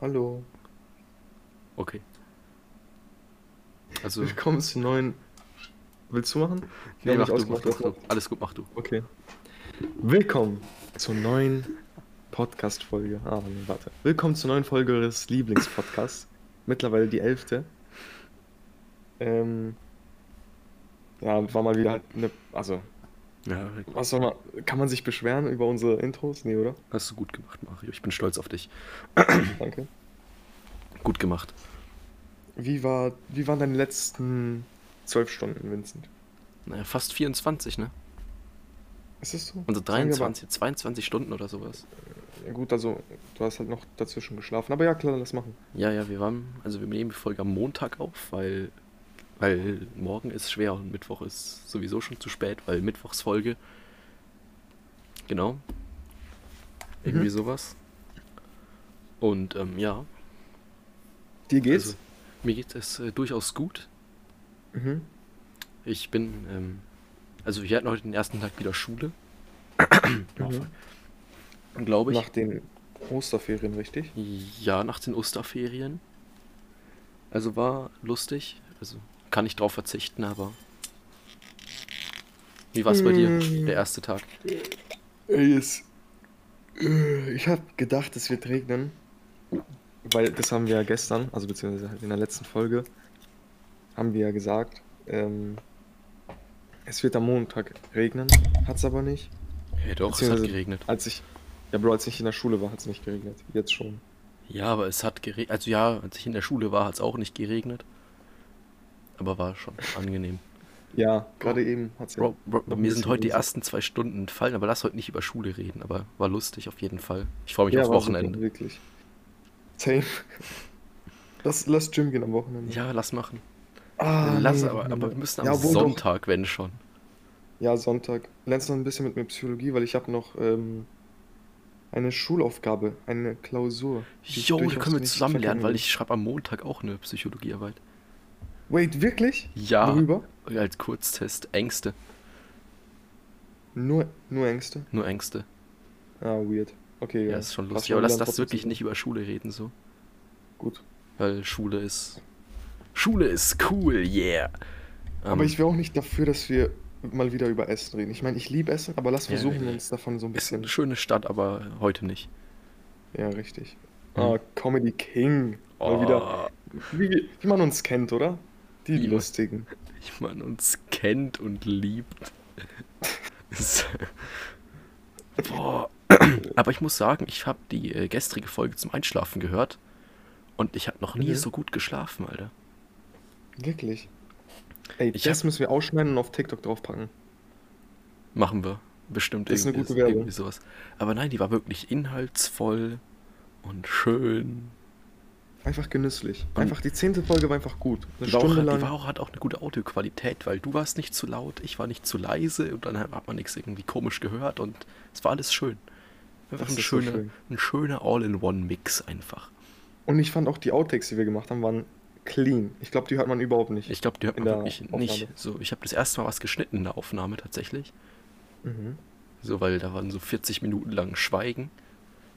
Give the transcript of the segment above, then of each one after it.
Hallo. Okay. Also, Willkommen zu neuen. Willst du machen? Ich nee, hab mach mich du, mach ausgemacht, du, mach das du. Alles gut, mach du. Okay. Willkommen zur neuen Podcast-Folge. Ah, nee, warte. Willkommen zur neuen Folge eures Lieblingspodcasts. Mittlerweile die elfte. Ähm. Ja, war mal wieder halt eine. Also, Ja, was soll man. Kann man sich beschweren über unsere Intros? Nee, oder? hast du gut gemacht, Mario. Ich bin stolz auf dich. Danke. Gut gemacht. Wie, war, wie waren deine letzten zwölf Stunden, Vincent? Naja, fast 24, ne? Ist es so? Also Sagen wir mal- 23, 22 Stunden oder sowas. Ja, gut, also du hast halt noch dazwischen geschlafen. Aber ja, klar, lass machen. Ja, ja, wir waren, also wir nehmen die Folge am Montag auf, weil, weil morgen ist schwer und Mittwoch ist sowieso schon zu spät, weil Mittwochsfolge. Genau. Irgendwie sowas. Und ähm, ja, Dir Also, mir geht es äh, durchaus gut. mhm. Ich bin, ähm, also wir hatten heute den ersten Tag wieder Schule. oh, Mhm. fuck. Glaube ich. Nach den Osterferien, richtig? Ja, nach den Osterferien. Also war lustig. Also kann ich drauf verzichten, aber. Wie war es bei dir, Mm. der erste Tag? Ey, es. äh, Ich habe gedacht, es wird regnen. Weil das haben wir ja gestern, also beziehungsweise halt in der letzten Folge, haben wir ja gesagt, ähm, es wird am Montag regnen. Hat es aber nicht. Ja, doch, es hat Beziehungsweise, geregnet. Als ich. Ja, Bro, als ich in der Schule war, hat es nicht geregnet. Jetzt schon. Ja, aber es hat geregnet. Also ja, als ich in der Schule war, hat es auch nicht geregnet. Aber war schon angenehm. Ja, gerade eben hat es ja. Bro, Bro, noch ein mir bisschen sind heute die gewesen. ersten zwei Stunden entfallen, aber lass heute nicht über Schule reden. Aber war lustig auf jeden Fall. Ich freue mich aufs war super, Wochenende. Wirklich. Same. Lass, lass Gym gehen am Wochenende. Ja, lass machen. Ah, lass nee, aber, nee, aber nee. wir müssen am Ja, obwohl doch. Sonntag, wenn schon. Ja, Sonntag. Lernst noch ein bisschen mit mir Psychologie, weil ich habe noch ähm, eine Schulaufgabe, eine Klausur. die ich Jo, da durchaus können wir nicht zusammen lernen, weil vergessen ich schreibe am Montag auch eine Psychologiearbeit. will. Wait, wirklich? Ja. Worüber? Als Kurztest Ängste, Nur, nur Ängste? nur Ängste. Ah, weird. Okay, Ja, ist schon Hast lustig. du Aber lass gelernt, das trotzdem wirklich zu- nicht über Schule reden, so. Gut. Weil Schule ist. Schule ist cool, yeah. Aber Ähm, ich wäre auch nicht dafür, dass wir mal wieder über Essen reden. Ich meine, ich liebe Essen, aber lass Ja, versuchen, ja. uns davon so ein ist eine bisschen. schöne Stadt, aber heute nicht. Ja, richtig. Mhm. Ah, Comedy King. Mal Ah. wieder. Oh. Wie, wie man uns kennt, oder? Die Wie man- lustigen. Ich man uns kennt und liebt. Ist- Boah. Aber ich muss sagen, ich habe die äh, gestrige Folge zum Einschlafen gehört und ich habe noch nie Mhm. so gut geschlafen, Alter. Wirklich. Ey, Ich das müssen wir ausschneiden und auf TikTok draufpacken. Machen wir. Bestimmt Das ist eine irgendwie, gute Werbung. irgendwie sowas. Aber nein, die war wirklich inhaltsvoll und schön. Einfach genüsslich. Und- Einfach die zehnte Folge war einfach gut. Eine Die war, auch, Stunde lang. die war auch, hat auch eine gute Audioqualität, weil du warst nicht zu laut, ich war nicht zu leise und dann hat man nichts irgendwie komisch gehört und es war alles schön. Einfach Das ein ist so schöner, schön. ein schöner All-in-One-Mix einfach. Und ich fand auch die Outtakes, die wir gemacht haben, waren clean. Ich glaube, die hört man überhaupt nicht. Ich glaube, die hört In man der wirklich Aufnahme. nicht. So, ich habe das erste Mal was geschnitten in der Aufnahme tatsächlich. Mhm. So, weil da waren so 40 Minuten lang Schweigen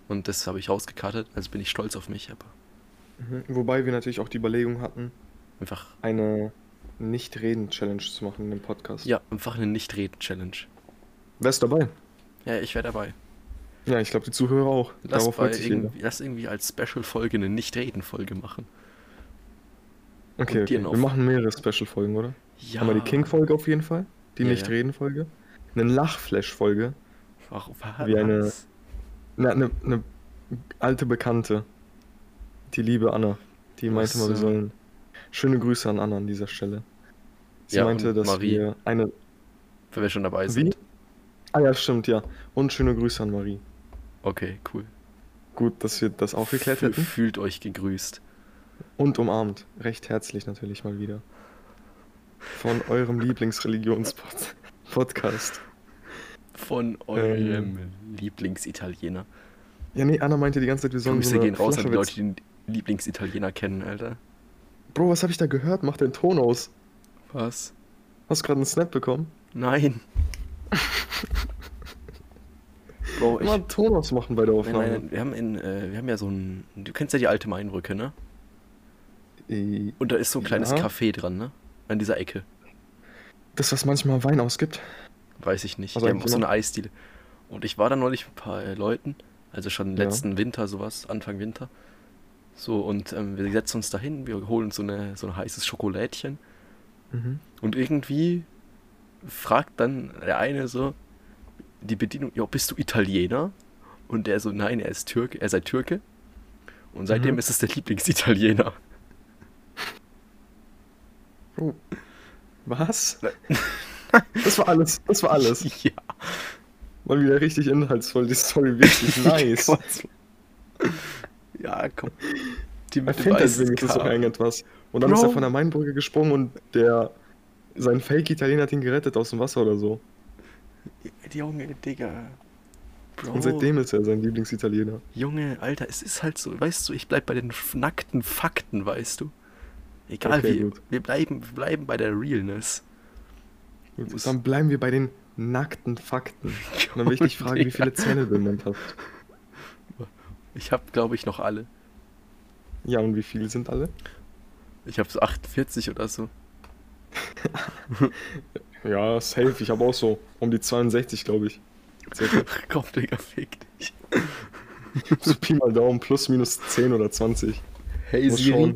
und das habe ich rausgekartet, also bin ich stolz auf mich, aber Mhm. Wobei wir natürlich auch die Überlegung hatten, einfach eine Nicht-Reden-Challenge zu machen in dem Podcast. Ja, einfach eine Nicht-Reden-Challenge. Wer ist dabei? Ja, ich wäre dabei. Ja, ich glaube, die Zuhörer auch. Lass, Darauf bei freut sich jeder. irgendwie, lass irgendwie als Special-Folge eine Nicht-Reden-Folge machen. Okay, okay. dir noch. wir machen mehrere Special-Folgen, oder? Ja. Haben wir die King-Folge auf jeden Fall, die Ja, ja. Nicht-Reden-Folge, eine Lach-Flash-Folge, Warum Wie eine- Na, eine, eine alte Bekannte, die liebe Anna, die meinte mal, wir so. sollen. Schöne Grüße an Anna an dieser Stelle. Sie Ja, meinte, und dass Marie. wir eine. Wenn wir schon dabei Wie? sind. Ah ja, stimmt, ja. Und schöne Grüße an Marie. Okay, cool. Gut, dass wir das auch geklärt Fü- hätten. Fühlt euch gegrüßt. Und umarmt. Recht herzlich natürlich mal wieder. Von eurem Lieblingsreligionspodcast. Von eurem Lieblingsitaliener. Ja, nee, Anna meinte die ganze Zeit, Ähm. wir sollen. Grüße so eine gehen raus an die Flaschewitz- Leute, die den Lieblingsitaliener kennen, Alter. Bro, was habe ich da gehört? Mach den Ton aus. Was? Hast du gerade einen Snap bekommen? Nein. Bro, ich, Immer einen Ton ausmachen bei der nein, Aufnahme. nein, wir haben in, äh, wir haben ja so ein, du kennst ja die alte Mainbrücke, ne? Äh, Und da ist so ein kleines Ja. Café dran, ne? An dieser Ecke. Das, was manchmal Wein ausgibt. Weiß ich nicht. Also die haben auch eigentlich so immer. eine Eisdiele. Und ich war da neulich mit ein paar äh, Leuten, also schon Ja. letzten Winter sowas, Anfang Winter. So, und ähm, wir setzen uns da hin, wir holen uns so, eine, so ein heißes Schokolädchen. Mhm. Und irgendwie fragt dann der eine so, die Bedienung, ja, bist du Italiener? Und der so, nein, er ist Türke, er sei Türke. Und seitdem Mhm. ist es der Lieblingsitaliener. Oh. Was? Ne- Das war alles. Das war alles. Ja, Mal wieder richtig inhaltsvoll. Die Story wirklich nice. Quatsch. ja, komm. Die Er mit dem findet halt weißen wenigstens noch Kabel. irgendetwas. Und dann Bro. ist er von der Mainbrücke gesprungen und der. Sein Fake-Italiener hat ihn gerettet aus dem Wasser oder so. Junge, Digga. Bro, Und seitdem ist er sein Lieblingsitaliener. Junge, Alter, es ist halt so, weißt du, ich bleib bei den f- nackten Fakten, weißt du? Egal Okay, wie, gut. wir bleiben, wir bleiben bei der Realness. Gut, Muss- dann bleiben wir bei den nackten Fakten. Und dann will ich dich fragen, wie viele Zähne du im Mund hast. Ich hab, glaube ich, noch alle. Ja, und wie viele sind alle? Ich hab so 48 oder so. Ja, safe. Ich habe auch so um die 62, glaube ich. Circa. Ach komm, Digga, fick dich. So Pi mal Daumen, plus minus 10 oder 20. Hey Muss schauen.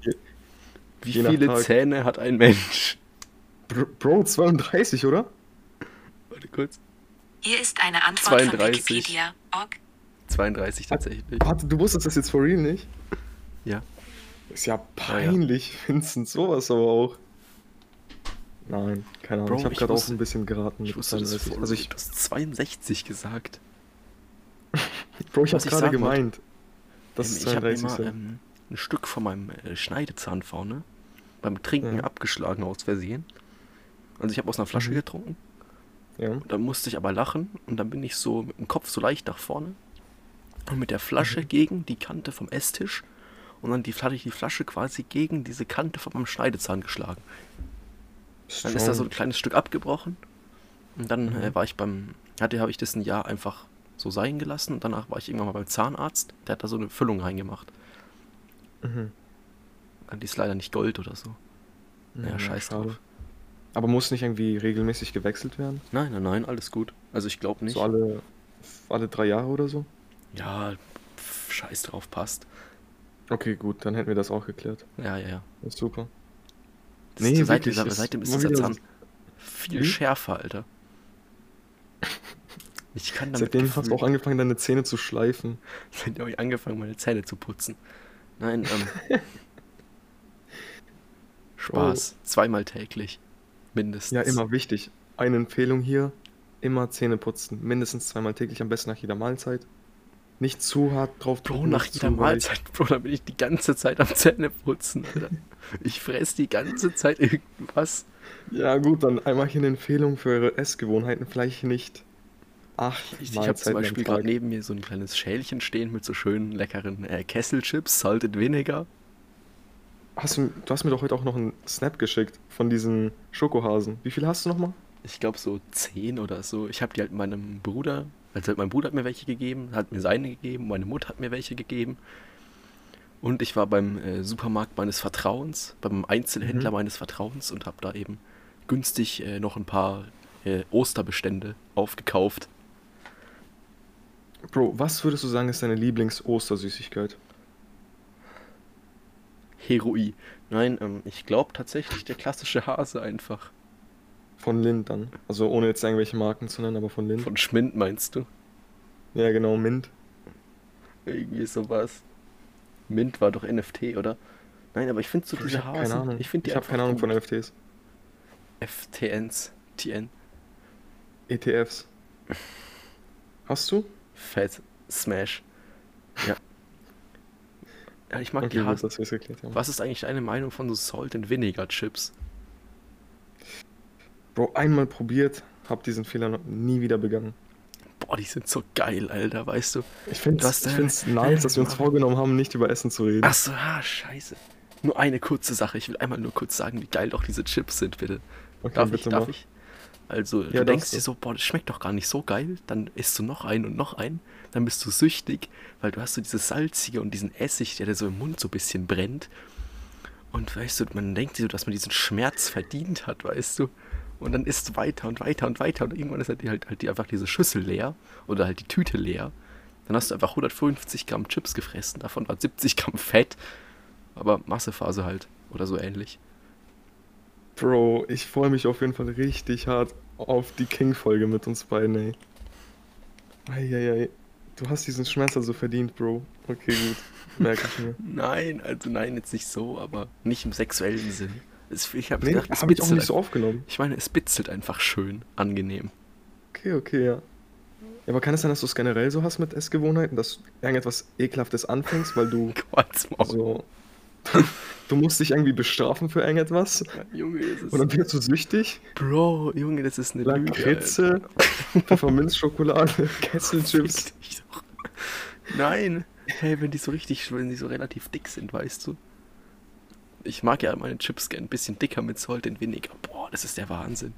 wie je nach viele Tag. Zähne hat ein Mensch? Br- Bro, 32, oder? Warte kurz. Hier ist eine Antwort 32. von Wikipedia. Org. 32 tatsächlich. Warte, du wusstest das jetzt for real nicht? Ja. Ist ja peinlich, Vincent. Sowas aber auch. Nein, keine Ahnung. Bro, ich habe ich gerade auch wusste- ein bisschen geraten. Ich mit wusste das 32. voll. Also ich, du hast 62 gesagt. Bro, ich was hab's ich gerade sagen wollte. gemeint. Das ähm, ist ich habe 32 immer sind. ähm, ein Stück von meinem äh, Schneidezahn vorne beim Trinken Ja. abgeschlagen aus Versehen. Also ich habe aus einer Flasche Mhm. getrunken, Ja. dann musste ich aber lachen und dann bin ich so mit dem Kopf so leicht nach vorne und mit der Flasche Mhm. gegen die Kante vom Esstisch und dann die, hatte ich die Flasche quasi gegen diese Kante von meinem Schneidezahn geschlagen. Dann ist da so ein kleines Stück abgebrochen. Und dann Mhm. äh, war ich beim, hatte, habe ich das ein Jahr einfach so sein gelassen. Und danach war ich irgendwann mal beim Zahnarzt. Der hat da so eine Füllung reingemacht. Mhm. Und die ist leider nicht Gold oder so. Ja, scheiß schade. drauf. Aber muss nicht irgendwie regelmäßig gewechselt werden? Nein, nein, nein, alles gut. Also ich glaube nicht. So alle, alle drei Jahre oder so? ja, pf, scheiß drauf, passt. Okay, gut, dann hätten wir das auch geklärt. Ja, ja, ja. Das ist super. Das Nee, seit, wirklich, seit, das seitdem ist war dieser wieder Zahn so- Hm? viel Wie? schärfer, Alter. Ich kann damit Seitdem hast du auch gefühlt- angefangen, deine Zähne zu schleifen. seitdem hab ich angefangen, meine Zähne zu putzen. Nein, ähm. Spaß. Zweimal täglich. Mindestens. Oh. Ja, immer wichtig. Eine Empfehlung hier: immer Zähne putzen. Mindestens zweimal täglich, am besten nach jeder Mahlzeit. Nicht zu hart drauf Bro, drücken, nach nicht jeder zu weich. Mahlzeit, Bro, da bin ich die ganze Zeit am Zähneputzen, Alter. Ich fress die ganze Zeit irgendwas. Ja, gut, dann einmal hier eine Empfehlung für eure Essgewohnheiten. Vielleicht nicht acht Ich, ich habe Mahlzeiten zum am Beispiel gerade Tag. neben mir so ein kleines Schälchen stehen mit so schönen, leckeren äh, Kesselchips, salted Vinegar. Hast du, du hast mir doch heute auch noch einen Snap geschickt von diesen Schokohasen. Wie viele hast du nochmal? Ich glaube so 10 oder so. Ich habe die halt meinem Bruder, also mein Bruder hat mir welche gegeben, hat mir seine gegeben, meine Mutter hat mir welche gegeben. Und ich war beim äh, Supermarkt meines Vertrauens, beim Einzelhändler Mhm. meines Vertrauens und habe da eben günstig äh, noch ein paar äh, Osterbestände aufgekauft. Bro, was würdest du sagen, ist deine Lieblings-Ostersüßigkeit? Heroi. Nein, ähm, ich glaube tatsächlich der klassische Hase einfach. Von Lind dann. Also ohne jetzt irgendwelche Marken zu nennen, aber von Lind. Von Schmind meinst du? Ja, genau, Mint. Irgendwie sowas. Mint war doch NFT, oder? Nein, aber ich finde so ich diese habe Hasen, keine Ahnung. ich finde die ich habe einfach keine Ahnung gut. von NFTs. FTNs, TN, ETFs. E Hast du? Fat, Smash. Ja. ja ich mag Okay, die gut, Hasen. dass wir es geklärt haben. Was ist eigentlich deine Meinung von so Salt and Vinegar Chips? Bro, einmal probiert, hab diesen Fehler noch nie wieder begangen. Boah, die sind so geil, Alter, weißt du? Ich finde Was es denn? find's nice, dass wir uns vorgenommen haben, nicht über Essen zu reden. Achso, ah, scheiße. Nur eine kurze Sache. Ich will einmal nur kurz sagen, wie geil doch diese Chips sind, bitte. Okay, darf ich, bitte darf mach. ich? Also, darfst du denkst dir du. so, boah, das schmeckt doch gar nicht so geil. Dann isst du noch einen und noch einen. dann bist du süchtig, weil du hast so dieses Salzige und diesen Essig, der dir so im Mund so ein bisschen brennt. Und weißt du, man denkt so, dass man diesen Schmerz verdient hat, weißt du. Und dann isst du weiter und weiter und weiter und irgendwann ist halt, die- halt, halt die, einfach diese Schüssel leer oder halt die Tüte leer. Dann hast du einfach 150 Gramm Chips gefressen, davon waren 70 Gramm Fett, aber Massephase halt oder so ähnlich. Bro, ich freue mich auf jeden Fall richtig hart auf die King-Folge mit uns beiden, ey. Eieiei. Du hast diesen Schmerz also verdient, Bro. Okay, gut. Merke ich mir. Nein, also nein, jetzt nicht so, aber nicht im sexuellen Sinn. Es- Ich habe Nee, gedacht, es hab ich auch bitzelt nicht so einfach- aufgenommen. Ich meine, es bitzelt einfach schön, angenehm. Okay, okay, ja. Ja, aber kann es sein, dass du es generell so hast mit Essgewohnheiten, dass du irgendetwas Ekelhaftes anfängst, weil du Gott, Maul. so. Du musst dich irgendwie bestrafen für irgendetwas Junge, das ist und dann wirst du süchtig? Bro, Junge, das ist eine Lakritze, Pfefferminzschokolade, Kesselchips. Chips. Nein. Hey, wenn die so richtig, wenn die so relativ dick sind, weißt du? Ich mag ja meine Chips gern ein bisschen dicker mit Zoll, denn weniger. Boah, das ist der Wahnsinn.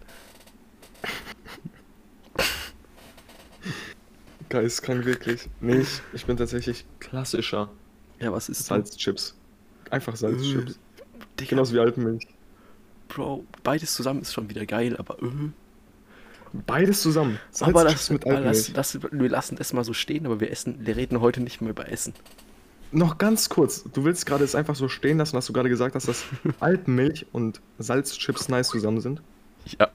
Geistkrank wirklich. Nee, ich, ich bin tatsächlich klassischer Ja, was ist Salzchips. Einfach Salzchips. Mm. Dicker, Genauso wie Alpenmilch. Bro, beides zusammen ist schon wieder geil, aber äh. Beides zusammen. Aber Salzchips das, mit aber das, Alpenmilch. das, wir lassen das mal so stehen, aber wir essen, wir reden heute nicht mehr über Essen. Noch ganz kurz. Du willst gerade es einfach so stehen lassen, dass du gerade gesagt hast, dass Alpenmilch und Salzchips nice zusammen sind. Ja.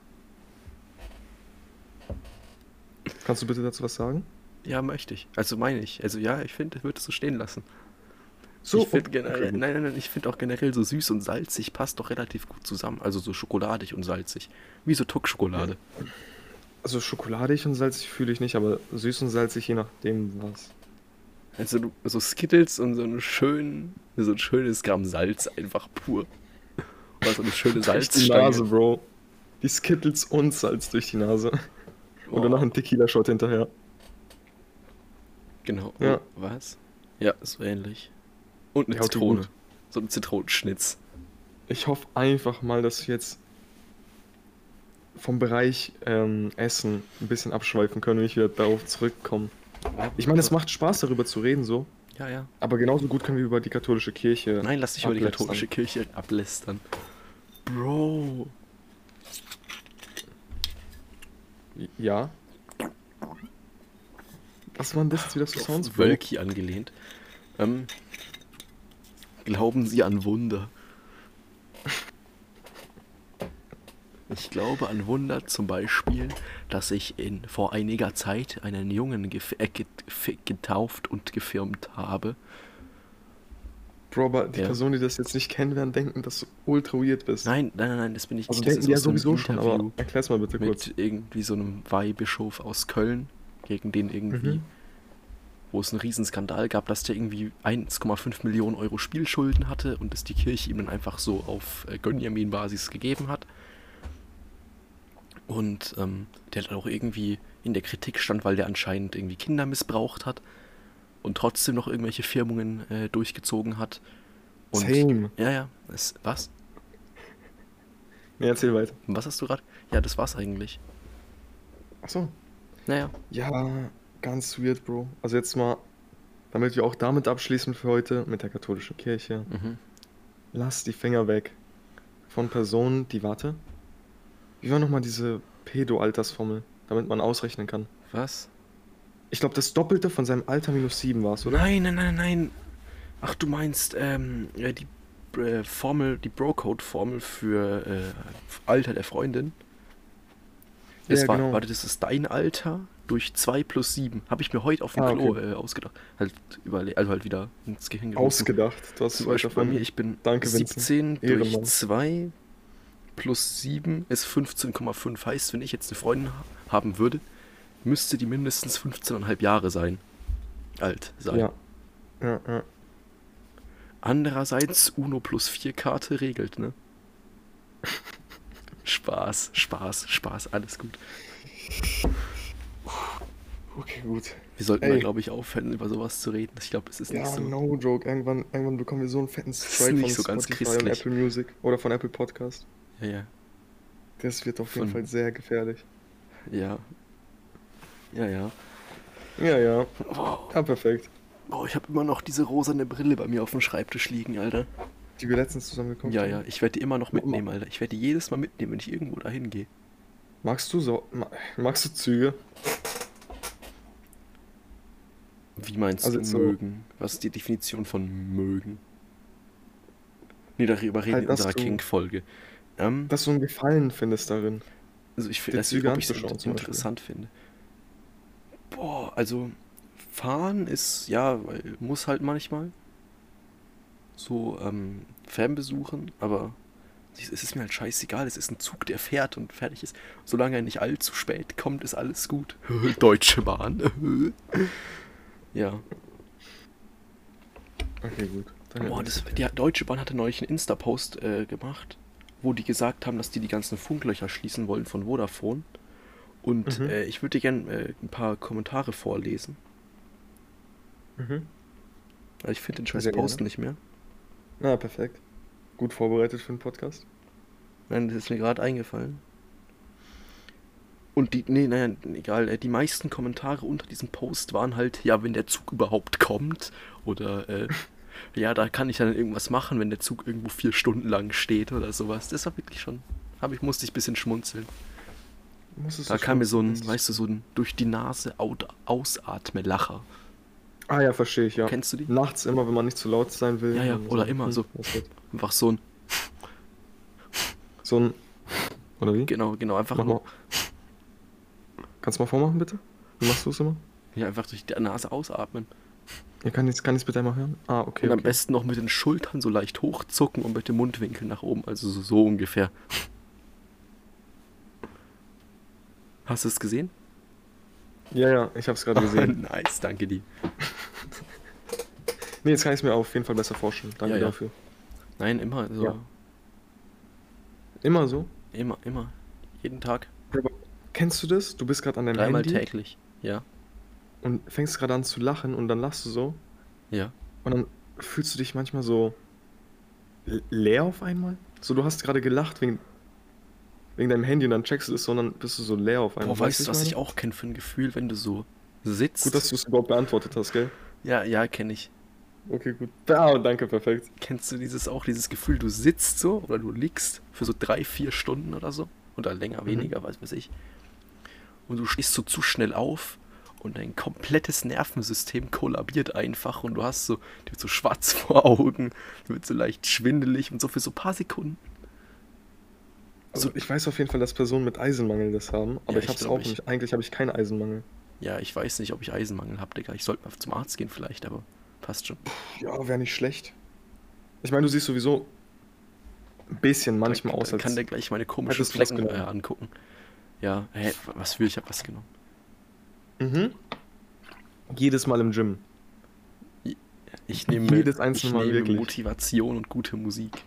Kannst du bitte dazu was sagen? Ja, möchte ich. Also meine ich. Also ja, ich finde, ich würde es so stehen lassen. So, oh, ich finde generell, okay, gut. nein, nein, nein, ich finde auch generell so süß und salzig passt doch relativ gut zusammen. Also so schokoladig und salzig. Wie so Tuck-Schokolade. Also schokoladig und salzig fühle ich nicht, aber süß und salzig, je nachdem was. Also du- so Skittles und so einen schönen, so ein schönes Gramm Salz einfach pur. Oder so eine schöne Durch die Salzstange. Nase, Bro. Die Skittles und Salz durch die Nase. Oh, Oder noch ein Tequila-Shot hinterher. Genau. Ja. Oh, was? Ja, so ähnlich. Und eine Ja, okay, Zitrone. gut. So ein Zitronenschnitz. Ich hoffe einfach mal, dass wir jetzt vom Bereich ähm, Essen ein bisschen abschweifen können und nicht wieder darauf zurückkommen. Also Ich meine, es macht Spaß, darüber zu reden, so. Ja, ja. Aber genauso gut können wir über die katholische Kirche. Nein, lass dich über die ablästern. katholische Kirche ablästern. Bro. Ja. Was waren das jetzt wieder für Sounds? auf Bro? Wölki angelehnt. Ähm, glauben Sie an Wunder? Ich glaube an Wunder zum Beispiel, dass ich in, vor einiger Zeit einen Jungen gef äh, get fi- getauft und gefirmt habe. Bro, aber die Ja. Personen, die das jetzt nicht kennen werden, denken, dass du ultra weird bist. Nein, nein, nein, nein das bin ich Also nicht. Das denken die ja aus einem sowieso schon, aber Interview erklär's mal bitte kurz. mit irgendwie so einem Weihbischof aus Köln, gegen den irgendwie, Mhm. wo es einen Riesenskandal gab, dass der irgendwie 1,5 Millionen Euro Spielschulden hatte und es die Kirche ihm dann einfach so auf äh, Gönjamin-Basis gegeben hat. Und ähm, der dann auch irgendwie in der Kritik stand, weil der anscheinend irgendwie Kinder missbraucht hat und trotzdem noch irgendwelche Firmungen äh, durchgezogen hat. Und, Same. Ja, ja. Es, was? Nee, erzähl weiter. Was hast du gerade? Ja, das war's eigentlich. Achso. Naja. Ja, ganz weird, Bro. Also jetzt mal, damit wir auch damit abschließen für heute, mit der katholischen Kirche. Mhm. Lass die Finger weg von Personen, die, warte, wie war nochmal diese Pedo-Altersformel, damit man ausrechnen kann? Was? Ich glaube, das Doppelte von seinem Alter minus 7 war es, oder? Nein, nein, nein, nein. Ach, du meinst ähm, äh, die äh, Formel, die Bro-Code-Formel für äh, Alter der Freundin? Ja, Das war, genau. Warte, das ist dein Alter durch 2 plus 7. Habe ich mir heute auf dem Ah, Klo okay. äh, ausgedacht. Halt überle also halt wieder ins Gehirn gerufen. Ausgedacht. Du hast es Zum weiter Beispiel bei von mir, ich bin Danke, Vincent. 17 durch Ehrenmann. 2 plus 7 ist 15,5. Heißt, wenn ich jetzt eine Freundin ha- haben würde, müsste die mindestens 15,5 Jahre sein. Alt sein. Ja. Ja, ja. Andererseits, Uno plus 4 Karte regelt, ne? Spaß, Spaß, Spaß, alles gut. Okay, gut. Wir sollten mal, Ey. glaube ich, aufhören, über sowas zu reden. Ich glaube, es ist nicht Ja, so. no joke. Irgendwann, irgendwann bekommen wir so einen fetten ist Strike von nicht so ganz Spotify und christlich. Apple Music oder von Apple Podcast. Ja, ja, Das wird auf jeden Von- Fall sehr gefährlich. ja. Ja, ja. Ja, ja. Wow. Ja, perfekt. Wow, ich habe immer noch diese rosane Brille bei mir auf dem Schreibtisch liegen, Alter. Die wir letztens zusammengekommen Ja, ja, ich werde die immer noch mitnehmen, Alter. Ich werde die jedes Mal mitnehmen, wenn ich irgendwo dahin gehe. Magst du so. Ma magst du Züge? Wie meinst Also du so- mögen? Was ist die Definition von mögen? Nee, darüber reden wir Halt, in dass unserer du- King-Folge. Ähm, Dass du einen Gefallen findest darin. also ich dir finde, Züge ob ich es anzuschauen zum Beispiel. interessant finde. Boah, also fahren ist, ja, weil- muss halt manchmal. So, ähm, Fernbesuchen, aber es ist mir halt scheißegal. Es ist ein Zug, der fährt und fertig ist. Solange er nicht allzu spät kommt, ist alles gut. Deutsche Bahn. ja. Okay, gut. Dann- Boah, das, die Deutsche Bahn hatte neulich einen Insta-Post äh, gemacht, wo die gesagt haben, dass die die ganzen Funklöcher schließen wollen von Vodafone. Und Mhm. äh, ich würde dir gerne äh, ein paar Kommentare vorlesen. Mhm. Weil ich finde den scheiß Sehr gerne. Post nicht mehr. Na, perfekt. Gut vorbereitet für den Podcast. Nein, das ist mir gerade eingefallen. Und die, nee, naja, egal, äh, die meisten Kommentare unter diesem Post waren halt, ja, wenn der Zug überhaupt kommt. Oder, äh, ja, da kann ich dann irgendwas machen, wenn der Zug irgendwo vier Stunden lang steht oder sowas. Das war wirklich schon, hab ich, musste ich ein bisschen schmunzeln. Musstest Da du kam mir so schon- ein, weißt du, so ein durch die Nase out, Ausatme-Lacher. Ah ja, verstehe ich, ja. Kennst du die? Nachts immer, wenn man nicht zu laut sein will. Mhm. Ja, ja, oder immer so. das wird- Einfach so ein, So ein. Oder wie? genau, genau, einfach Mach mal. nur, Kannst du mal vormachen, bitte? Wie machst du es immer? ja, einfach durch die Nase ausatmen. Ja, kann ich es kann ich's bitte einmal hören? Ah, okay. Und am okay. besten noch mit den Schultern so leicht hochzucken und mit dem Mundwinkel nach oben, also so, so ungefähr. Hast du es gesehen? Ja, ja, ich hab's gerade gesehen. nice, danke dir. nee, jetzt kann ich es mir auf jeden Fall besser vorstellen. Danke Ja, ja. dafür. Nein, immer so. Ja. Immer so? Immer, immer. Jeden Tag. Kennst du das? Du bist gerade an deinem Dreimal Handy täglich. Ja. und fängst gerade an zu lachen und dann lachst du so Ja. und dann fühlst du dich manchmal so le- leer auf einmal. So, du hast gerade gelacht wegen, wegen deinem Handy und dann checkst du es so und dann bist du so leer auf einmal. Boah, weißt du, was ich meine? auch kenne für ein Gefühl, wenn du so sitzt? Gut, dass du es überhaupt beantwortet hast, gell? ja, ja, kenne ich. Okay, gut. Ah, danke, perfekt. Kennst du dieses auch, dieses Gefühl, du sitzt so oder du liegst für so drei, vier Stunden oder so? Oder Mhm. länger, weniger, weiß weiß ich. Und du stehst so zu schnell auf und dein komplettes Nervensystem kollabiert einfach und du hast so, dir wird so schwarz vor Augen, du wird so leicht schwindelig und so für so paar Sekunden. Also, ich weiß auf jeden Fall, dass Personen mit Eisenmangel das haben, aber Ja, ich ich hab's glaub, auch ich- nicht. Eigentlich habe ich keinen Eisenmangel. Ja, ich weiß nicht, ob ich Eisenmangel habe, Digga. Ich sollte mal zum Arzt gehen vielleicht, aber passt schon. Ja, wäre nicht schlecht. Ich meine, du siehst sowieso ein bisschen manchmal dann, aus, dann kann als der gleich meine komischen hättest du was Flecken äh, genommen. angucken. Ja, hä, was für, ich habe was genommen. Mhm. Jedes Mal im Gym. Ich nehme, Jedes einzelne ich Mal nehme wirklich. Motivation und gute Musik.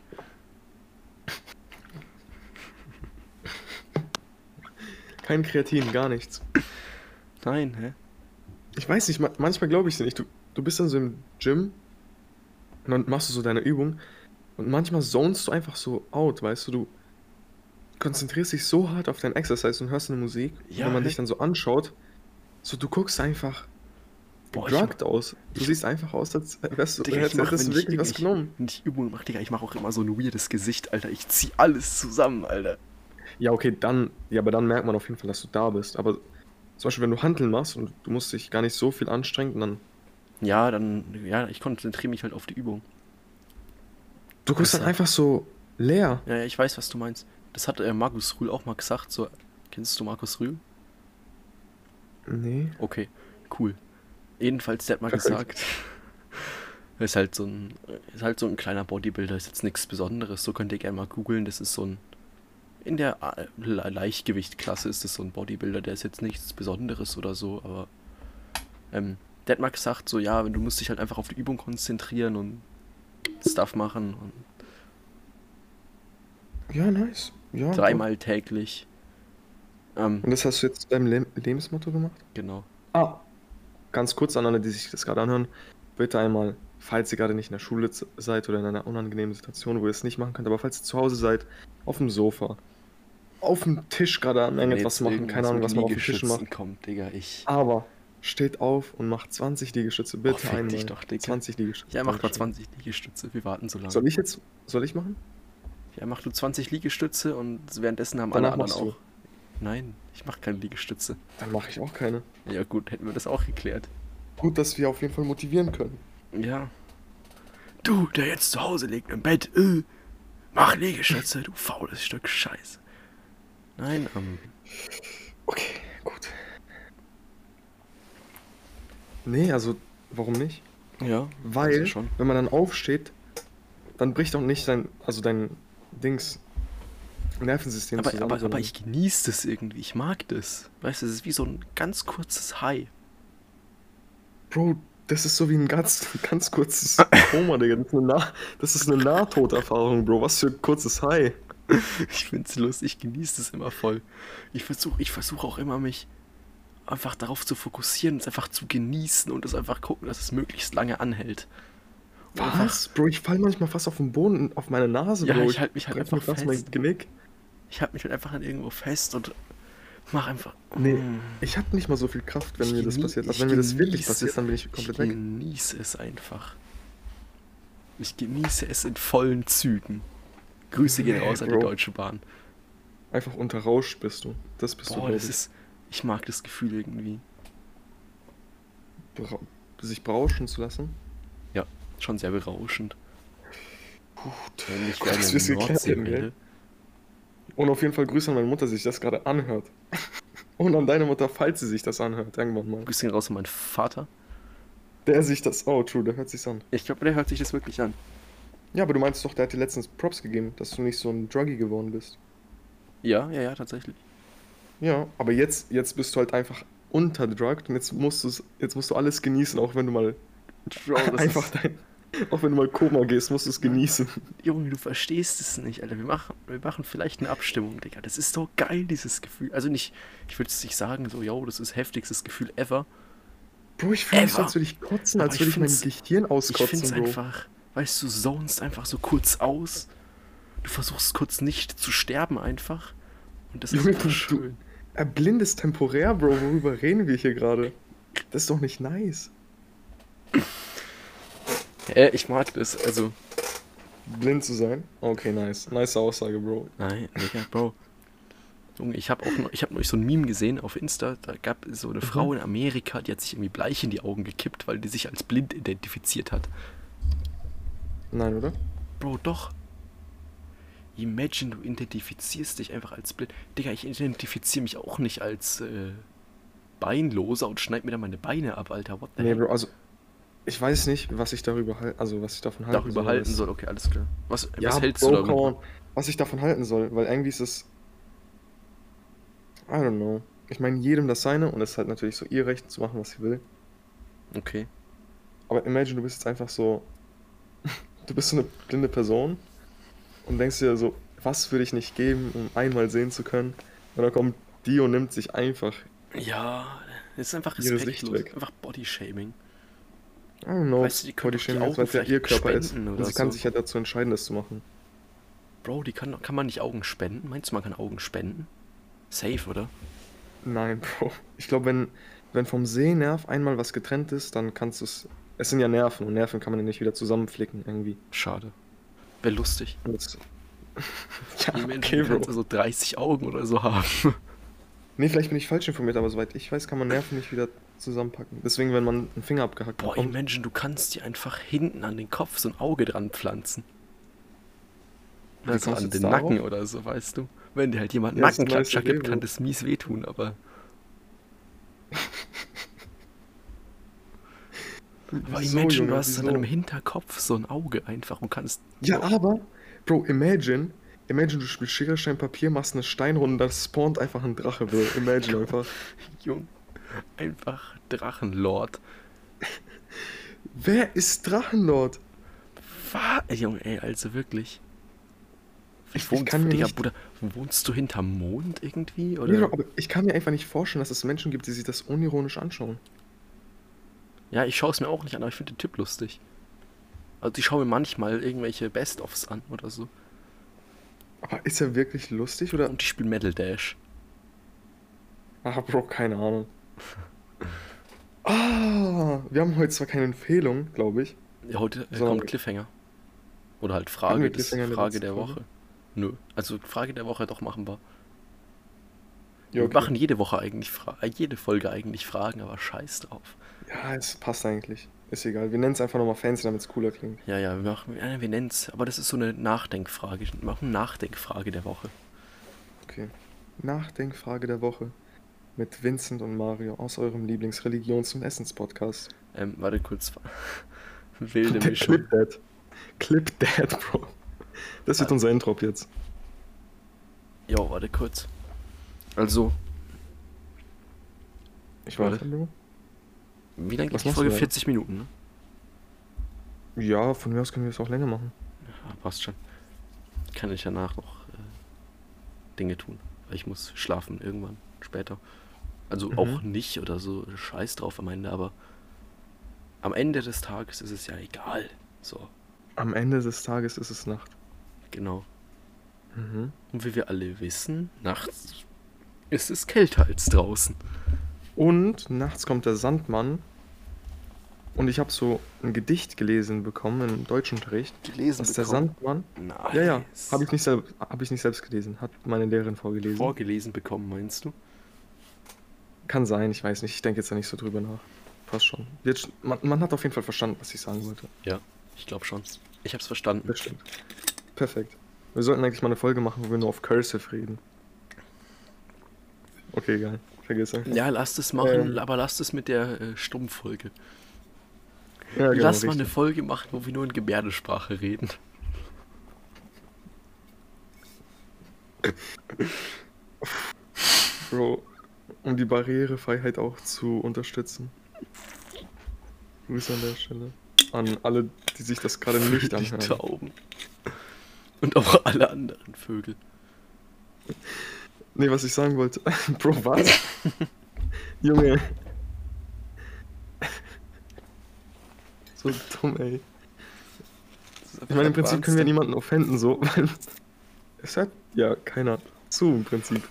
Kein Kreatin, gar nichts. Nein, hä? Ich weiß nicht, ma manchmal glaube ich es nicht. Du, du bist dann so im Gym und dann machst du so deine Übung und manchmal zonest du einfach so out, weißt du, du konzentrierst dich so hart auf dein Exercise und hörst eine Musik und Ja, wenn man hä? dich dann so anschaut, so du guckst einfach Boah, ich drugged aus. Du ich- siehst einfach aus, als wärst du, Digga, als ich mach, hättest wenn du ich, wirklich wenn was ich, genommen. wenn ich Übungen mache, Digga, ich mache auch immer so ein weirdes Gesicht, Alter. Ich zieh alles zusammen, Alter. Ja, okay, dann, ja, aber dann merkt man auf jeden Fall, dass du da bist. Aber zum Beispiel, wenn du Handeln machst und du musst dich gar nicht so viel anstrengen, dann Ja, dann, ja, ich konzentriere mich halt auf die Übung. Du guckst dann Besser. einfach so leer. Ja, ja, ich weiß, was du meinst. Das hat äh, Markus Rühl auch mal gesagt. So, kennst du Markus Rühl? Nee. Okay, cool. Jedenfalls, der hat mal Perfekt. gesagt, ist halt so ein, ist halt so ein kleiner Bodybuilder, ist jetzt nichts Besonderes. So könnt ihr gerne mal googeln. Das ist so ein, in der A- Le- Leichtgewichtklasse ist das so ein Bodybuilder, der ist jetzt nichts Besonderes oder so, aber ähm, der hat mal gesagt, so ja, du musst dich halt einfach auf die Übung konzentrieren und Stuff machen und Ja, nice. Ja, dreimal täglich. Ähm, doch. Und das hast du jetzt zu deinem Le Lebensmotto gemacht? genau. Ah. Ganz kurz an alle, die sich das gerade anhören, bitte einmal, falls ihr gerade nicht in der Schule z- seid oder in einer unangenehmen Situation, wo ihr es nicht machen könnt, aber falls ihr zu Hause seid, auf dem Sofa, auf dem Tisch gerade an Wenn irgendetwas jetzt machen, keine irgendwas Ahnung, mit was man auf dem Tisch Liegestützen macht. kommt, Digga, ich. Aber steht auf und macht 20 Liegestütze, bitte Oh, fick einmal. dich doch, Digga. 20 Liegestütze. Ja, mach mal Dankeschön. 20 Liegestütze, wir warten so lange. Soll ich jetzt, soll ich machen? Ja, mach du 20 Liegestütze und währenddessen haben Danach alle anderen machst du. auch. Nein, ich mach keine Liegestütze. Dann mache ich auch keine. Ja gut, hätten wir das auch geklärt. Gut, dass wir auf jeden Fall motivieren können. Ja. Du, der jetzt zu Hause liegt im Bett, äh, mach Liegestütze, du faules Stück Scheiße. Nein, ähm, Okay, gut. Nee, also, warum nicht? ja, Weil, also schon. wenn man dann aufsteht, dann bricht auch nicht sein, also dein Dings, Nervensystem Aber, zusammen. aber, aber sondern- ich genieße das irgendwie, ich mag das. Weißt du, es ist wie so ein ganz kurzes High. Bro, das ist so wie ein ganz, ganz kurzes Koma, Digga. Das ist eine, nah das ist eine Nahtoderfahrung, Bro. Was für ein kurzes High. Ich find's lustig, ich genieße es immer voll. Ich versuche ich versuch auch immer, mich einfach darauf zu fokussieren, es einfach zu genießen und es einfach gucken, dass es möglichst lange anhält. Und Einfach, Was? Bro, ich fall manchmal fast auf den Boden, auf meine Nase, Ja, Bro. ich halt mich halt breche einfach mir fast mein fest. Genick. ich halte mich halt einfach an irgendwo fest und mach einfach. Nee, Mm. ich hab nicht mal so viel Kraft, wenn Ich mir das genie- passiert. ich Also wenn mir das wirklich genieße- passiert, dann bin ich komplett ich weg. genieße es einfach. Ich genieße es in vollen Zügen. Grüße gehen Nee, raus an die Bro. Deutsche Bahn. Einfach unter Rausch bist du. Das bist du, Boah, glaub das ich. ist. Ich mag das Gefühl irgendwie. Bra sich berauschen zu lassen. Ja, schon sehr berauschend. Gut. Wenn ich Gut, dass gerne wir's in geklärt Nordsee haben, gell? wäre. Und auf jeden Fall Grüße an meine Mutter, die sich das gerade anhört. Und an deine Mutter, falls sie sich das anhört, irgendwann mal. Grüße gehen raus an meinen Vater. Der sich das. Oh, true, der hört sich's an. Ich glaube, der hört sich das wirklich an. Ja, aber du meinst doch, der hat dir letztens Props gegeben, dass du nicht so ein Druggy geworden bist. Ja, ja, ja, tatsächlich. Ja, aber jetzt, jetzt bist du halt einfach unterdrugged und jetzt musst, du's- jetzt musst du alles genießen, auch wenn du mal Bro, das einfach ist, dein. Auch wenn du mal Koma gehst, musst du es genießen. Junge, du verstehst es nicht, Alter. Wir machen, wir machen vielleicht eine Abstimmung, Digga. Das ist so geil, dieses Gefühl. Also nicht, ich würde es nicht sagen, so, yo, das ist heftigstes Gefühl ever. Bro, ich fühle mich, Ever. als würde ich kotzen, Aber als ich würde ich mein find's- Gehirn Ich finde es auskotzen, Bro. einfach, weißt du, zonest einfach so kurz aus. Du versuchst kurz nicht zu sterben einfach. Und das ist Junge, einfach du- schön. Erblindest temporär, Bro. Worüber reden wir hier gerade? Das ist doch nicht nice. Äh, ich mag das, also. Blind zu sein? Okay, nice. Nice Aussage, Bro. Nein, Digga, Bro. Junge, ich habe auch noch, ich habe neulich so ein Meme gesehen auf Insta, da gab es Mhm. so eine Frau in Amerika, die hat sich irgendwie bleich in die Augen gekippt, weil die sich als blind identifiziert hat. Nein, oder? Bro, doch. Imagine, du identifizierst dich einfach als blind. Digga, ich identifiziere mich auch nicht als äh, Beinloser und schneid mir dann meine Beine ab, Alter. What the Nee, heck? Bro, also. Ich weiß nicht, was ich darüber halte, also was ich davon halte. Darüber halten soll, okay, alles klar. Was, Ja, was hältst Bro, du come on. darüber? Was ich davon halten soll, weil irgendwie ist es. I don't know. Ich meine, jedem das seine und es ist halt natürlich so ihr Recht zu machen, was sie will. Okay. Aber imagine, du bist jetzt einfach so. Du bist so eine blinde Person und denkst dir so, was würde ich nicht geben, um einmal sehen zu können? Und dann kommt die und nimmt sich einfach. Ja, das ist einfach Ihre Sicht respektlos. weg. Einfach Bodyshaming. I don't know, Weißt du, die können doch die Bodyshaming, Augen weil es ja ihr vielleicht Körper ist. spenden Und oder sie kann so. sich ja dazu entscheiden, das zu machen. Bro, die kann, kann man nicht Augen spenden? Meinst du, man kann Augen spenden? Safe, oder? Nein, Bro. Ich glaube, wenn, wenn vom Sehnerv einmal was getrennt ist, dann kannst du es. Es sind ja Nerven und Nerven kann man ja nicht wieder zusammenflicken irgendwie. Schade. Wäre lustig. Und das, ja, Die Menschen okay, okay, Bro. kannst du so 30 Augen oder so haben. Nee, vielleicht bin ich falsch informiert, aber soweit ich weiß, kann man Nerven nicht wieder zusammenpacken. Deswegen, wenn man einen Finger abgehackt Boah, bekommt. Imagine, du kannst dir einfach hinten an den Kopf so ein Auge dran pflanzen. Wie Also kommst du an jetzt den darauf? Nacken oder so, weißt du? Wenn dir halt jemand Ja, das ist eine Nackenklatscher nice Idee, gibt, kann Bro. das eh, mies wehtun, aber. aber Wieso, Imagine, Junge, du hast an wieso? deinem Hinterkopf so ein Auge einfach und kannst. Ja, aber, Bro, imagine. Imagine, du spielst Schere, Stein, Papier, machst eine Steinrunde, da spawnt einfach ein Drache, Bro. Imagine einfach. Jung, einfach Drachenlord. Wer ist Drachenlord? Was? Junge, ey, also wirklich. Ich- ich Wohnst, kann mir Digga, nicht- Bruder, wohnst du hinterm Mond irgendwie? Oder? Nee, Bro, aber ich kann mir einfach nicht vorstellen, dass es Menschen gibt, die sich das unironisch anschauen. Ja, ich schaue es mir auch nicht an, aber ich finde den Typ lustig. Also ich schaue mir manchmal irgendwelche Best-ofs an oder so. Aber ist er wirklich lustig oder? Und ich spiele Metal Dash. Ah, Bro, keine Ahnung. Ah, wir haben heute zwar keine Empfehlung, glaube ich. Ja, heute äh, So. kommt Cliffhanger. Oder halt Hatten Frage, wir das Cliffhanger in der Frage letzten der Folge? Woche. Nö. Also Frage der Woche doch machen wir. Ja, Wir machen jede Woche eigentlich Fra äh, jede Folge eigentlich Fragen, aber scheiß drauf. ja, es passt eigentlich. Ist egal. Wir nennen es einfach nochmal Fancy, damit es cooler klingt. Ja, ja, wir machen, äh, wir nennen's, aber das ist so eine Nachdenkfrage. Wir machen Nachdenkfrage der Woche. Okay. Nachdenkfrage der Woche mit Vincent und Mario aus eurem Lieblingsreligions- und Essens-Podcast. Ähm, warte kurz. Wilde Der Mischung. Clip Dad. Clip Dad, Bro. Das wird unser Intro ab jetzt. Jo, warte kurz. Also, Ich Warte. warte. Bro. wie lange geht Was die machst Folge? du da? 40 Minuten, ne? Ja, von mir aus können wir es auch länger machen. Ja, passt schon. Kann ich danach noch äh, Dinge tun. Weil ich muss schlafen irgendwann später. Also Mhm. auch nicht oder so. Scheiß drauf am Ende, aber am Ende des Tages ist es ja egal. So, Am Ende des Tages ist es Nacht. genau. Mhm. Und wie wir alle wissen, nachts ist es kälter als draußen. Und nachts kommt der Sandmann. Und ich habe so ein Gedicht gelesen bekommen im Deutschunterricht, Gelesen dass der Sandmann. Nice. Ja, ja, habe ich, nicht selb- hab ich nicht selbst gelesen, hat meine Lehrerin vorgelesen. vorgelesen bekommen, meinst du? Kann sein, ich weiß nicht, ich denke jetzt da nicht so drüber nach. Passt schon. Wird, sch- man, man hat auf jeden Fall verstanden, was ich sagen wollte. Ja, ich glaube schon. Ich habe es verstanden. Das stimmt. Perfekt. Wir sollten eigentlich mal eine Folge machen, wo wir nur auf Cursive reden. Okay, egal. Vergiss einfach. Ja, lasst es machen, Ähm. aber lasst es mit der äh, Stummfolge. Ja, genau, Lass mal eine richtig. Folge machen, wo wir nur in Gebärdensprache reden. Bro, um die Barrierefreiheit auch zu unterstützen. Grüße an der Stelle. An alle, die sich das gerade nicht die anhören. Tauben. Und auch alle anderen Vögel. Nee, was ich sagen wollte. Bro, was? Junge. So dumm, ey. Ich meine, im Prinzip können wir niemanden offenden, so, weil es hört ja keiner zu, im Prinzip.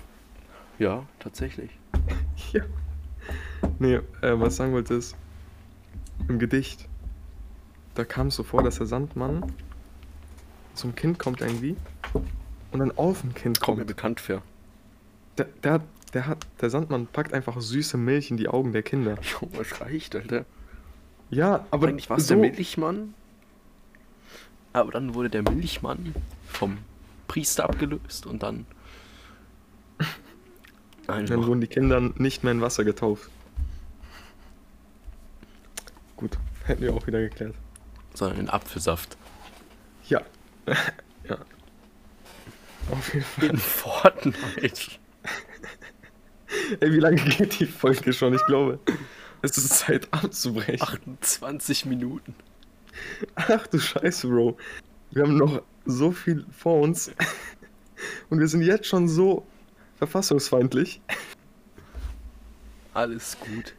Ja, tatsächlich. Ja. Nee, äh, was ich sagen wollte ist, im Gedicht, da kam es so vor, dass der Sandmann zum Kind kommt irgendwie und dann auf ein Kind Kommt mir kommt. bekannt vor. Der, der, hat- der, hat, der Sandmann packt einfach süße Milch in die Augen der Kinder. Junge, es reicht, Alter. Ja, aber Eigentlich war es der Milchmann. Aber dann wurde der Milchmann vom Priester abgelöst und dann. Nein, Dann wurden die Kinder nicht mehr in Wasser getauft. Gut, hätten wir auch wieder geklärt. sondern in Apfelsaft. Ja. ja. Auf jeden Fall. In Fortnite. Ey, wie lange geht die Folge schon? Ich glaube, es ist Zeit abzubrechen. 28 Minuten. Ach, du Scheiße, Bro. Wir haben noch so viel vor uns. Und wir sind jetzt schon so verfassungsfeindlich. Alles gut.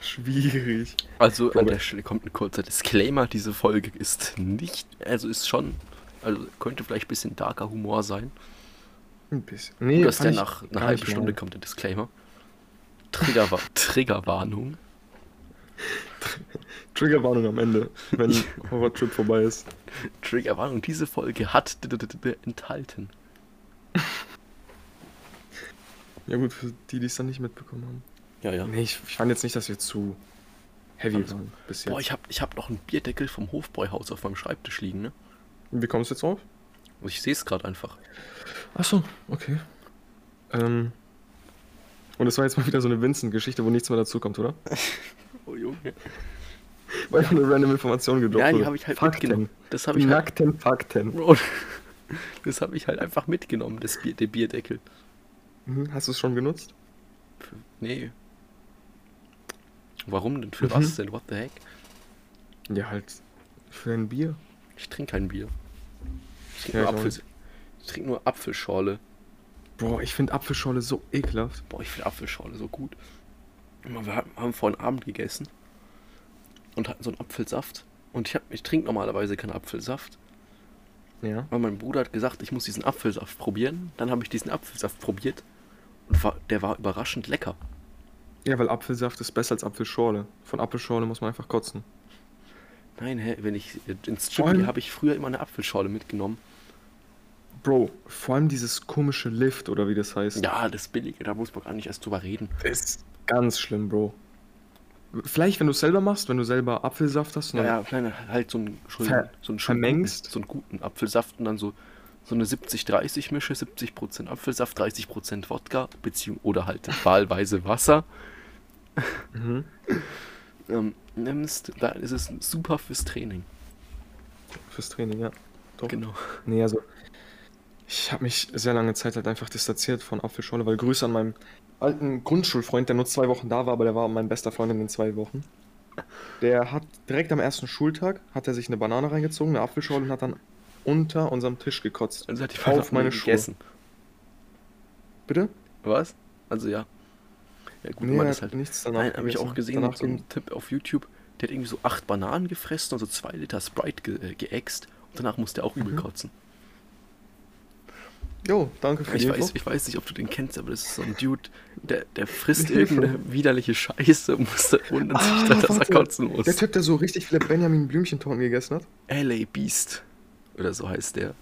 Schwierig. Also an Robert. der Stelle kommt ein kurzer Disclaimer, diese Folge ist nicht, also ist schon, also könnte vielleicht ein bisschen darker Humor sein. Ein bisschen. Nee, Nee, Dass der fand ich nach gar einer halben nicht Stunde mal. kommt der Disclaimer. Triggerwa Triggerwarnung. Triggerwarnung am Ende, wenn Horror-Trip vorbei ist. Triggerwarnung, diese Folge hat enthalten. Ja gut, für die, die es dann nicht mitbekommen haben. Ja, ja. Nee, ich, ich fand jetzt nicht, dass wir zu heavy Also, waren bis jetzt. Boah, ich hab, ich hab noch einen Bierdeckel vom Hofbräuhaus auf meinem Schreibtisch liegen, ne? Wie kommst du jetzt drauf? Und ich sehe es gerade einfach. Achso, okay. Ähm. Und es war jetzt mal wieder so eine Vincent-Geschichte, wo nichts mehr dazukommt, oder? Oh Junge. Weil einfach eine random Information gedroppt Ja, die wurde. habe ich halt Fakten. mitgenommen. Das habe Die ich halt, nackten Fakten. Bro, das habe ich halt einfach mitgenommen, das Bier, der Bierdeckel. Mhm, Hast du es schon genutzt? Für, nee. Warum denn? Mhm. Für was denn? What the heck? Ja, halt. Für ein Bier. Ich trinke kein Bier. Ich trinke Ja, ich auch nur, Apfel, ich trink nur Apfelschorle. Boah, ich finde Apfelschorle so ekelhaft. Boah, ich finde Apfelschorle so gut. Guck mal, Wir haben vorhin Abend gegessen und hatten so einen Apfelsaft. Und ich, hab- ich trinke normalerweise keinen Apfelsaft. Ja. Aber mein Bruder hat gesagt, ich muss diesen Apfelsaft probieren. Dann habe ich diesen Apfelsaft probiert. Und war, der war überraschend lecker. Ja, weil Apfelsaft ist besser als Apfelschorle. Von Apfelschorle muss man einfach kotzen. Nein, hä, wenn ich äh, ins Vor Gym gehe, allem- habe ich früher immer eine Apfelschorle mitgenommen. Bro, vor allem dieses komische Lift oder wie das heißt. Ja, das Billige, da muss man gar nicht erst drüber reden. Das ist ganz schlimm, Bro. Vielleicht, wenn du es selber machst, wenn du selber Apfelsaft hast und Ja, dann ja, nein, nein, halt so einen schönen, Ver- so einen schönen vermengst. guten, so einen guten Apfelsaft und dann so, so eine 70-30-Mische, 70% Apfelsaft, 30% Wodka, beziehung oder halt wahlweise Wasser. Mhm. Ähm, nimmst, da ist es super fürs Training. fürs Training, ja. Doch. Genau. Nee, also ich habe mich sehr lange Zeit halt einfach distanziert von Apfelschorle, weil Grüße an meinen alten Grundschulfreund, der nur zwei Wochen da war, aber der war mein bester Freund in den zwei Wochen. Der hat direkt am ersten Schultag hat er sich eine Banane reingezogen, eine Apfelschorle und hat dann unter unserem Tisch gekotzt. Also hat die Auf Banane meine Schuhe. Bitte? Was? Also ja. Ja, gut, Nee, man er ist hat halt. nichts danach. Nein, habe ich gegessen. auch gesehen, Danach so so einen Tipp auf YouTube. Der hat irgendwie so acht Bananen gefressen, also zwei Liter Sprite ge äh, geäxt. Und danach musste er auch übel Mhm. kotzen. Jo, danke für die Ich Info. weiß, ich weiß nicht, ob du den kennst, aber das ist so ein Dude, der, der frisst Hilfe. irgendeine widerliche Scheiße, muss da wundern sich Ah, dann, dass er warte. kotzen muss. Der Typ, der so richtig viele Benjamin Blümchentorten gegessen hat, LA Beast. Oder so heißt der.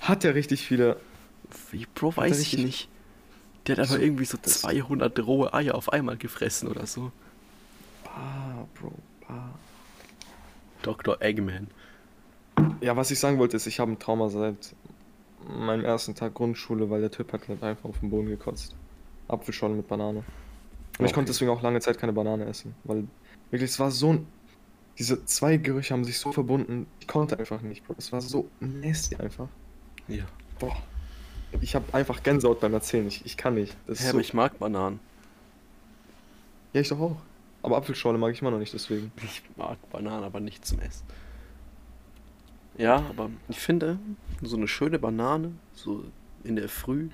hat er richtig viele. Wie, Bro, er weiß ich richtig- nicht. Der hat aber So, irgendwie so das- 200 rohe Eier auf einmal gefressen oder so. Ah, Bro. Ah. Dr. Eggman. Ja, was ich sagen wollte, ist, ich habe ein Trauma seit meinem ersten Tag Grundschule, weil der Typ hat halt einfach auf den Boden gekotzt. Apfelschorle mit Banane. Und ich Okay. konnte deswegen auch lange Zeit keine Banane essen, weil wirklich, es war so ein. Diese zwei Gerüche haben sich so verbunden, ich konnte einfach nicht, Bro. Es war so nasty einfach. Ja. Boah. Ich habe einfach Gänsehaut beim Erzählen, ich, ich kann nicht. Das Hä, ist aber so, ich mag Bananen. Ja, ich doch auch. Aber Apfelschorle mag ich immer noch nicht, deswegen. Ich mag Bananen, aber nicht zum Essen. Ja, aber ich finde, so eine schöne Banane, so in der Früh,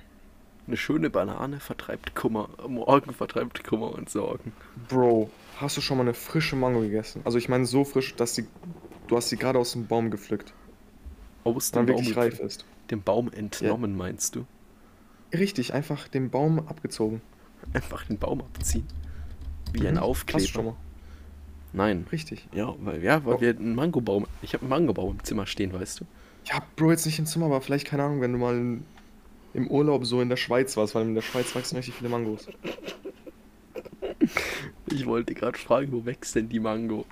eine schöne Banane vertreibt Kummer. Morgen vertreibt Kummer und Sorgen. Bro, hast du schon mal eine frische Mango gegessen? Also ich meine so frisch, dass die, du hast sie gerade aus dem Baum gepflückt. Aus Dann dem Baum, wirklich reif ist. dem Baum entnommen, meinst du? Richtig, einfach den Baum abgezogen. Einfach den Baum abziehen. Wie ein Mhm, Hast du schon Aufkleber. mal. Nein. Richtig. Ja, weil, ja, weil Oh. wir einen Mangobaum. Ich habe einen Mangobaum im Zimmer stehen, weißt du? Ja, Bro, jetzt nicht im Zimmer, aber vielleicht, keine Ahnung, wenn du mal in, im Urlaub so in der Schweiz warst, weil in der Schweiz wachsen richtig viele Mangos. Ich wollte gerade fragen, wo wächst denn die Mango?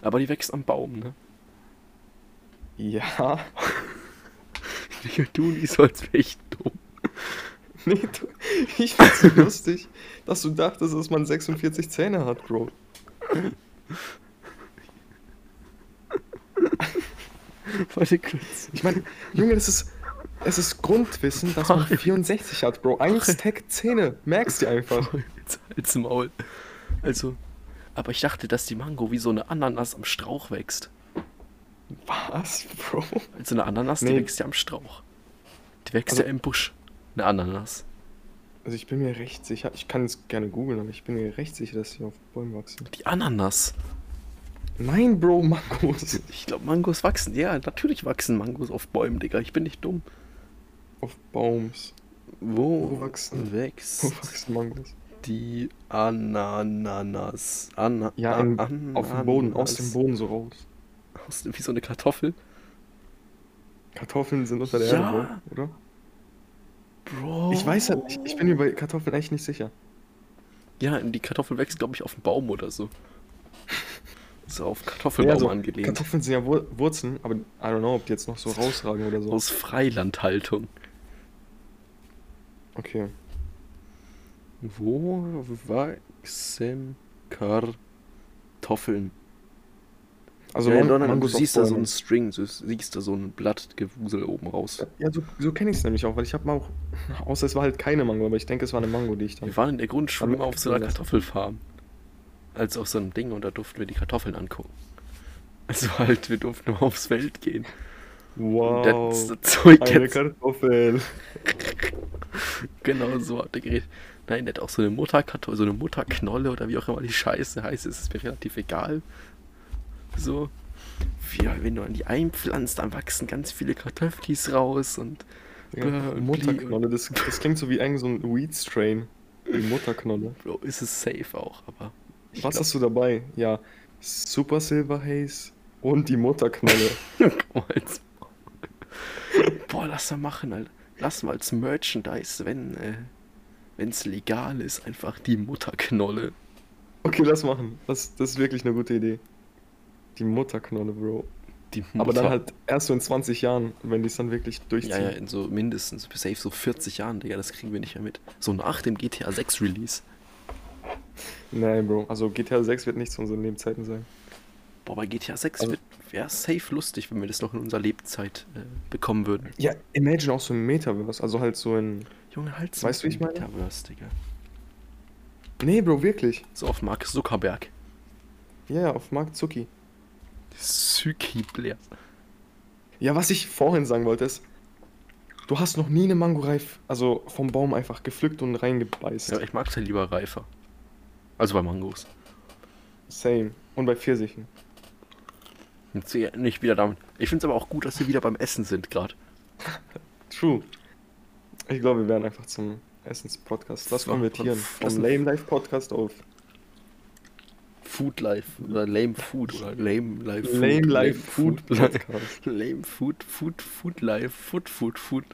Aber die wächst am Baum, ne? Ja. Digga, du nie so, als wäre ich dumm. Nee, du, ich find's so lustig, dass du dachtest, dass man 46 Zähne hat, Bro. Warte kurz. Ich meine, Junge, das ist. Es ist Grundwissen, dass man Mario. 64 hat, Bro. Ein Mario. Stack Zähne. Merkst du einfach. Jetzt halt's Maul. Also, aber ich dachte, dass die Mango wie so eine Ananas am Strauch wächst. Was, Bro? Also eine Ananas, die Nee. wächst ja am Strauch. Die wächst Also- ja im Busch. Eine Ananas. Also ich bin mir recht sicher. Ich kann es gerne googeln, aber ich bin mir recht sicher, dass sie auf Bäumen wachsen. Die Ananas. Nein, Bro, Mangos. Ich glaube, Mangos wachsen. Ja, natürlich wachsen Mangos auf Bäumen, Digga. Ich bin nicht dumm. Auf Baums. Wo, Wo wachsen- wächst Wo wachsen Mangos? die Ananas? Ana Ja, im, auf dem Boden, aus dem Ananas. Boden so raus. Aus dem- Wie so eine Kartoffel. Kartoffeln sind unter der Ja. Oh. Erde, Bro, oder? Bro. Ich weiß halt nicht. Ich bin mir bei Kartoffeln echt nicht sicher. Ja, die Kartoffel wächst, glaube ich, auf dem Baum oder so. So auf Kartoffelbaum also, angelehnt. Kartoffeln sind ja Wur Wurzeln, aber I don't know, ob die jetzt noch so rausragen oder so. Aus Freilandhaltung. Okay. Wo wachsen Kartoffeln? Also Also ja, Man- Donald, du Mangos auf siehst da so Bäumen. einen String, du siehst da so ein Blattgewusel oben raus. Ja, so, so kenne ich es nämlich auch, weil ich habe mal auch, außer es war halt keine Mango, aber ich denke, es war eine Mango, die ich dann. Wir waren in der Grundschule Damit mal auf so einer kriegen wir das. Kartoffelfarm. Also auf so einem Ding und da durften wir die Kartoffeln angucken. Also halt, wir durften nur aufs Feld gehen. Und das, das Zeug eine jetzt Kartoffel. Genau so hat er geredet. Nein, der hat auch so eine Mutterkartoffel, so eine Mutterknolle oder wie auch immer die Scheiße heißt, es ist mir relativ egal. So. Ja, wenn du an die einpflanzt, dann wachsen ganz viele Kartoffelis raus und Digga, Bla- und Bli- Mutterknolle, das, das klingt so wie eigentlich so ein Weed-Strain. Die Mutterknolle. Bro, ist es safe auch, aber. ich Was glaub- hast du dabei? Ja, Super Silver Haze und die Mutterknolle. Komm als- um Boah, lass mal machen, Alter. Lass mal als Merchandise, wenn äh, wenn's legal ist, einfach die Mutterknolle. Okay, lass machen. Das, das ist wirklich eine gute Idee. Die Mutterknolle, Bro. Die Aber Mutter- dann halt erst so in 20 Jahren, wenn die es dann wirklich Ja, durchziehen. ja, in so mindestens, safe so 40 Jahren, Digga, das kriegen wir nicht mehr mit. So nach dem GTA 6 Release. Nein, Bro. Also GTA 6 wird nicht zu unseren Lebenszeiten sein. Boah, bei GTA 6 Also- wird wäre safe lustig, wenn wir das noch in unserer Lebzeit äh, bekommen würden. Ja, imagine auch so ein Metaverse. Also halt so ein. Junge, halt's Weißt du, wie ich meine? Metaverse, Digga. Nee, Bro, wirklich. So auf Mark Zuckerberg. Ja, ja, auf Mark Zucki. Suki Blair. Ja, was ich vorhin sagen wollte ist, du hast noch nie eine Mango reif, also vom Baum einfach gepflückt und reingebeißt. Ja, ich mag's halt lieber reifer. Also bei Mangos. Same. Und bei Pfirsichen. Jetzt hier nicht wieder damit. Ich find's aber auch gut, dass wir wieder beim Essen sind gerade. True. Ich glaube, wir werden einfach zum Essens-Podcast. Lass Ja, konvertieren. f- Vom lass- Lame Life Podcast auf Food Life oder Lame Food oder Lame Life Food. Lame Life Food Lame- Podcast. Lame Food, Food, Food Life, Food, Food, Food.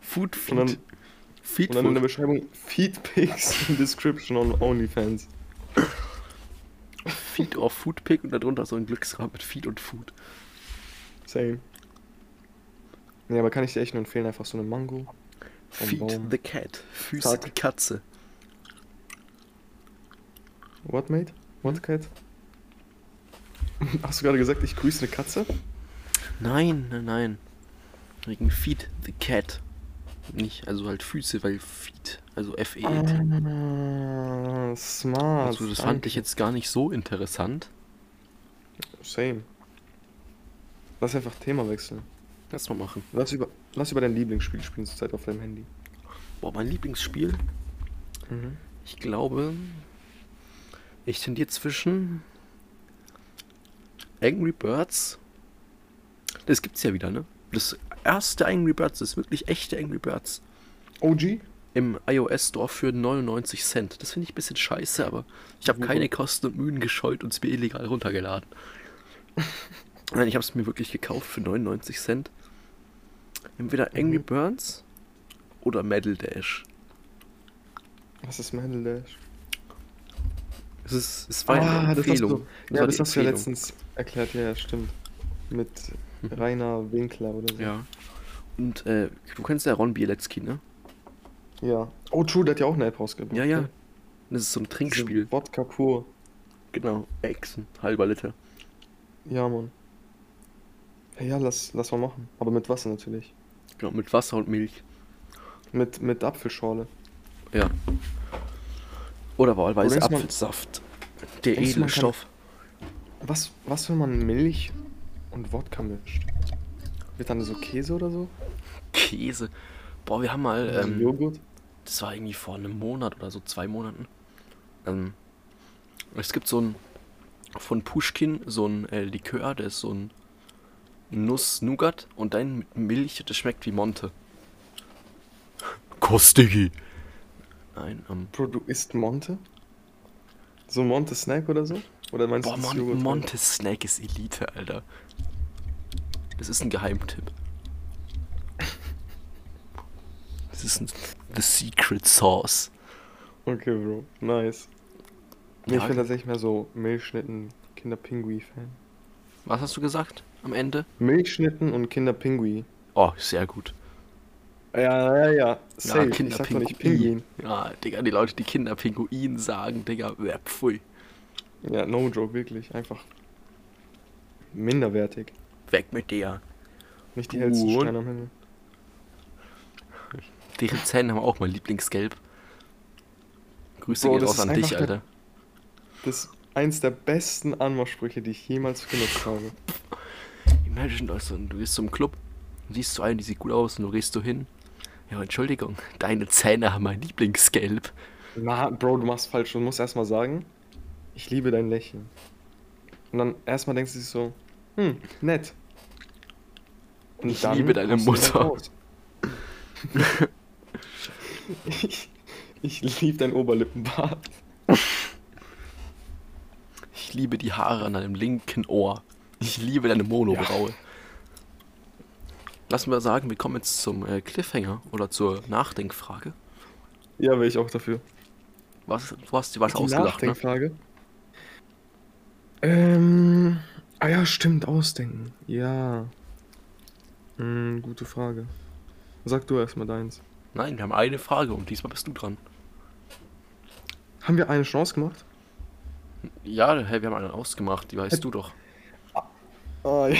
Food, Und dann- Feed. Feed, Und dann in der Food. Beschreibung Feed Pics in Description on OnlyFans. Feed or Food Pick und darunter so ein Glücksrad mit Feed und Food. Same. Ja, aber kann ich dir echt nur empfehlen, einfach so eine Mango. Vom Feed Baum. the Cat. Füße Zack. die Katze. What, mate? What, cat? Hast du gerade gesagt, ich grüße eine Katze? Nein, nein, nein. Wegen Feed the Cat. Nicht, also halt Füße, weil Feed, also F-E-E-T. Ah, smart. Also das fand ich danke. jetzt gar nicht so interessant. Same. Lass einfach Thema wechseln. Lass mal machen. Lass über, lass über dein Lieblingsspiel spielen zurzeit auf deinem Handy. Boah, mein Lieblingsspiel? Mhm. Ich glaube, ich tendiere zwischen Angry Birds. Das gibt's ja wieder, ne? Das erste Angry Birds, das wirklich echte Angry Birds. OG? Im iOS Store für 99 Cent. Das finde ich ein bisschen scheiße, aber ich habe Super. keine Kosten und Mühen gescheut und es mir illegal runtergeladen. Nein, ich habe es mir wirklich gekauft für 99 Cent. Entweder Angry Mhm. Birds oder Metal Dash. Was ist Mandel Dash? Es, ist, es war eine Empfehlung. Ah, hast du. war Ja, die das hast du ja Empfehlung. letztens erklärt, ja, ja, stimmt. Mit Mhm. Rainer Winkler oder so. Ja. Und äh, du kennst ja Ron Bielecki, ne? Ja. Oh, True, der hat ja auch eine App rausgebracht. Ja, ja. ne? Das ist so ein Diese Trinkspiel. Wodka pur. Genau. Echsen, halber Liter. Ja, Mann. Ja, Ja, lass, lass mal machen. Aber mit Wasser natürlich. Genau, mit Wasser und Milch. Mit, mit Apfelschorle. Ja. Oder wahlweise Oder ist man- Apfelsaft. Der Denkst du, man kann- Edelstoff. Was, was, wenn man Milch und Wodka mischt? Wird dann so Käse oder so? Käse. Boah, wir haben mal, Also ähm, Joghurt? das war irgendwie vor einem Monat oder so, zwei Monaten. Ähm, es gibt so ein, von Pushkin, so ein äh, Likör, der ist so ein Nuss-Nougat und dann mit Milch, das schmeckt wie Monte. Kostigi. Nein, ähm, Bro, du isst Monte? So Monte Snack oder so? Oder meinst boah, du das Mon Joghurt? Monte Snack ist Elite, Alter. Das ist ein Geheimtipp. Das ist ein The Secret Sauce. Okay, Bro. Nice. Nee, Ja, ich bin tatsächlich mehr so Milchschnitten, Kinderpingui-Fan. Was hast du gesagt am Ende? Milchschnitten und Kinderpingui. Oh, sehr gut. Ja, ja, ja. Ja, Safe. ich sag doch nicht Kinderpinguin. Pinguin. Ja, Digga, die Leute, die Kinderpinguin sagen, Digga, äh, pfui, Ja, no joke, wirklich. Einfach minderwertig. weg mit dir. Nicht die hellsten Gut. Sterne am Himmel. Deren Zähne haben auch mein Lieblingsgelb. Grüße Bro, gehen das raus ist an dich, einfach der- Alter. Das ist eins der besten Anmachsprüche, die ich jemals genutzt habe. Imagine, also, du gehst zum Club, siehst so einen, die sieht gut aus und du gehst so hin. Ja, Entschuldigung, deine Zähne haben mein Lieblingsgelb. Na, Bro, du machst falsch. Du musst erstmal sagen, ich liebe dein Lächeln. Und dann erstmal denkst du dich so, hm, nett. Und Ich liebe deine hast du Mutter. was raus. Ich liebe dein Oberlippenbart. Ich liebe die Haare an deinem linken Ohr. Ich liebe deine Monobraue. Lass mal sagen, wir kommen jetzt zum äh, Cliffhanger oder zur Nachdenkfrage. Ja, wäre ich auch dafür. Was, du hast dir was Die ausgedacht, ne? Nachdenkfrage. Ähm. Ah ja, stimmt, ausdenken. Ja. Hm, gute Frage. Sag du erstmal deins. Nein, wir haben eine Frage und diesmal bist du dran. Haben wir eine Chance gemacht? Ja, hä, wir haben einen ausgemacht, die weißt du doch. Ah ja,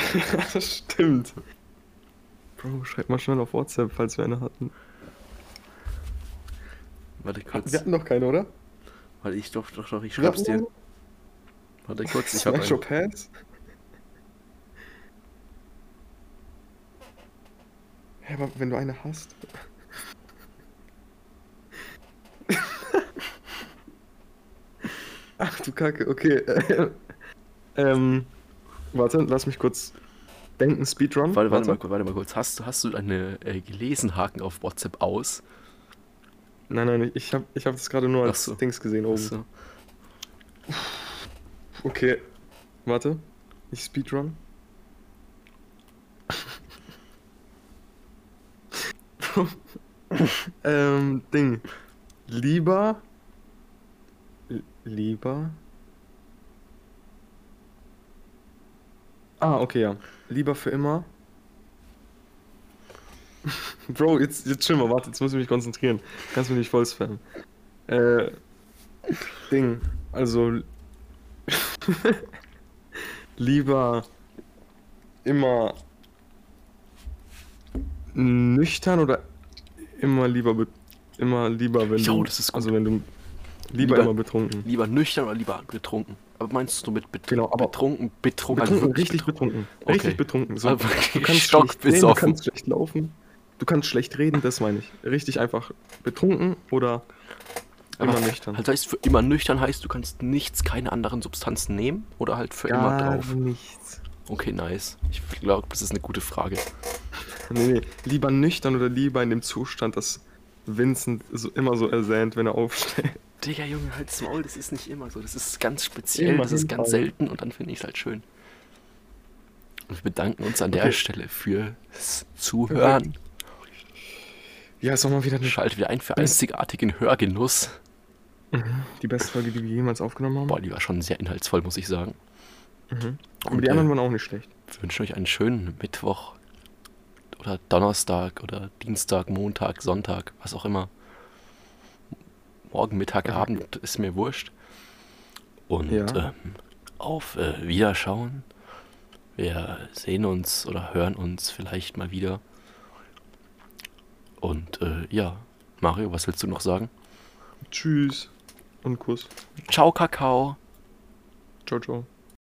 das stimmt. Bro, schreib mal schnell auf WhatsApp, falls wir eine hatten. Warte kurz, Wir hatten doch keine, oder? weil ich doch, doch, doch, ich schreib's Ja. dir. Warte kurz, ich hab Smash or einen. Pass? Hä, aber wenn du eine hast. Ach du Kacke, okay. ähm, warte, lass mich kurz denken, Speedrun. Warte, warte, mal, kurz, warte mal kurz, hast, du- hast du deine äh, Gelesenhaken auf WhatsApp aus? Oh. Nein, nein, ich habe ich hab das gerade nur als Ach so. Dings gesehen oben. Achso. Okay, warte. Ich Speedrun. ähm, Ding. Lieber. L- Lieber. Ah, okay, ja. Lieber für immer. Bro, jetzt, jetzt chill mal, warte, jetzt muss ich mich konzentrieren. Kannst mich nicht voll spammen. Äh. Ding. Also, lieber immer nüchtern oder immer lieber be- immer lieber wenn Jo, du das ist gut. also wenn du lieber, Lieber- immer betrunken Lieber nüchtern oder lieber betrunken? Aber meinst du mit bet Genau, aber- betrunken, betrunken betrunken, also wirklich richtig betrunken Okay. richtig betrunken so Aber wirklich du kannst schlecht sehen, du stockbesoffen. kannst schlecht laufen du kannst schlecht reden das meine ich richtig einfach betrunken oder immer Aber- nüchtern Also heißt für immer nüchtern heißt, du kannst nichts, keine anderen Substanzen nehmen oder halt für immer drauf. nichts Okay, nice. Ich glaube, das ist eine gute Frage. Nee, nee. Lieber nüchtern oder lieber in dem Zustand, dass Vincent so immer so ersehnt, wenn er aufsteht. Digga, Junge, halt's Maul, das ist nicht immer so. Das ist ganz speziell, das Immerhin, ist ganz Paul. selten und dann finde ich es halt schön. Und wir bedanken uns an der Okay. Stelle fürs Zuhören. Ja, ist auch mal wieder eine Schaltet wieder ein für einzigartigen Hörgenuss. Die beste Folge, die wir jemals aufgenommen haben. Boah, die war schon sehr inhaltsvoll, muss ich sagen. Und Und die anderen äh, waren auch nicht schlecht. wünsche euch einen schönen Mittwoch oder Donnerstag oder Dienstag, Montag, Sonntag, was auch immer. Morgen, Mittag, Abend ist mir wurscht. Und Ja. ähm, auf äh, Wiederschauen. Wir sehen uns oder hören uns vielleicht mal wieder. Und äh, ja, Mario, was willst du noch sagen? Tschüss und Kuss. Ciao, Kakao. Ciao, ciao.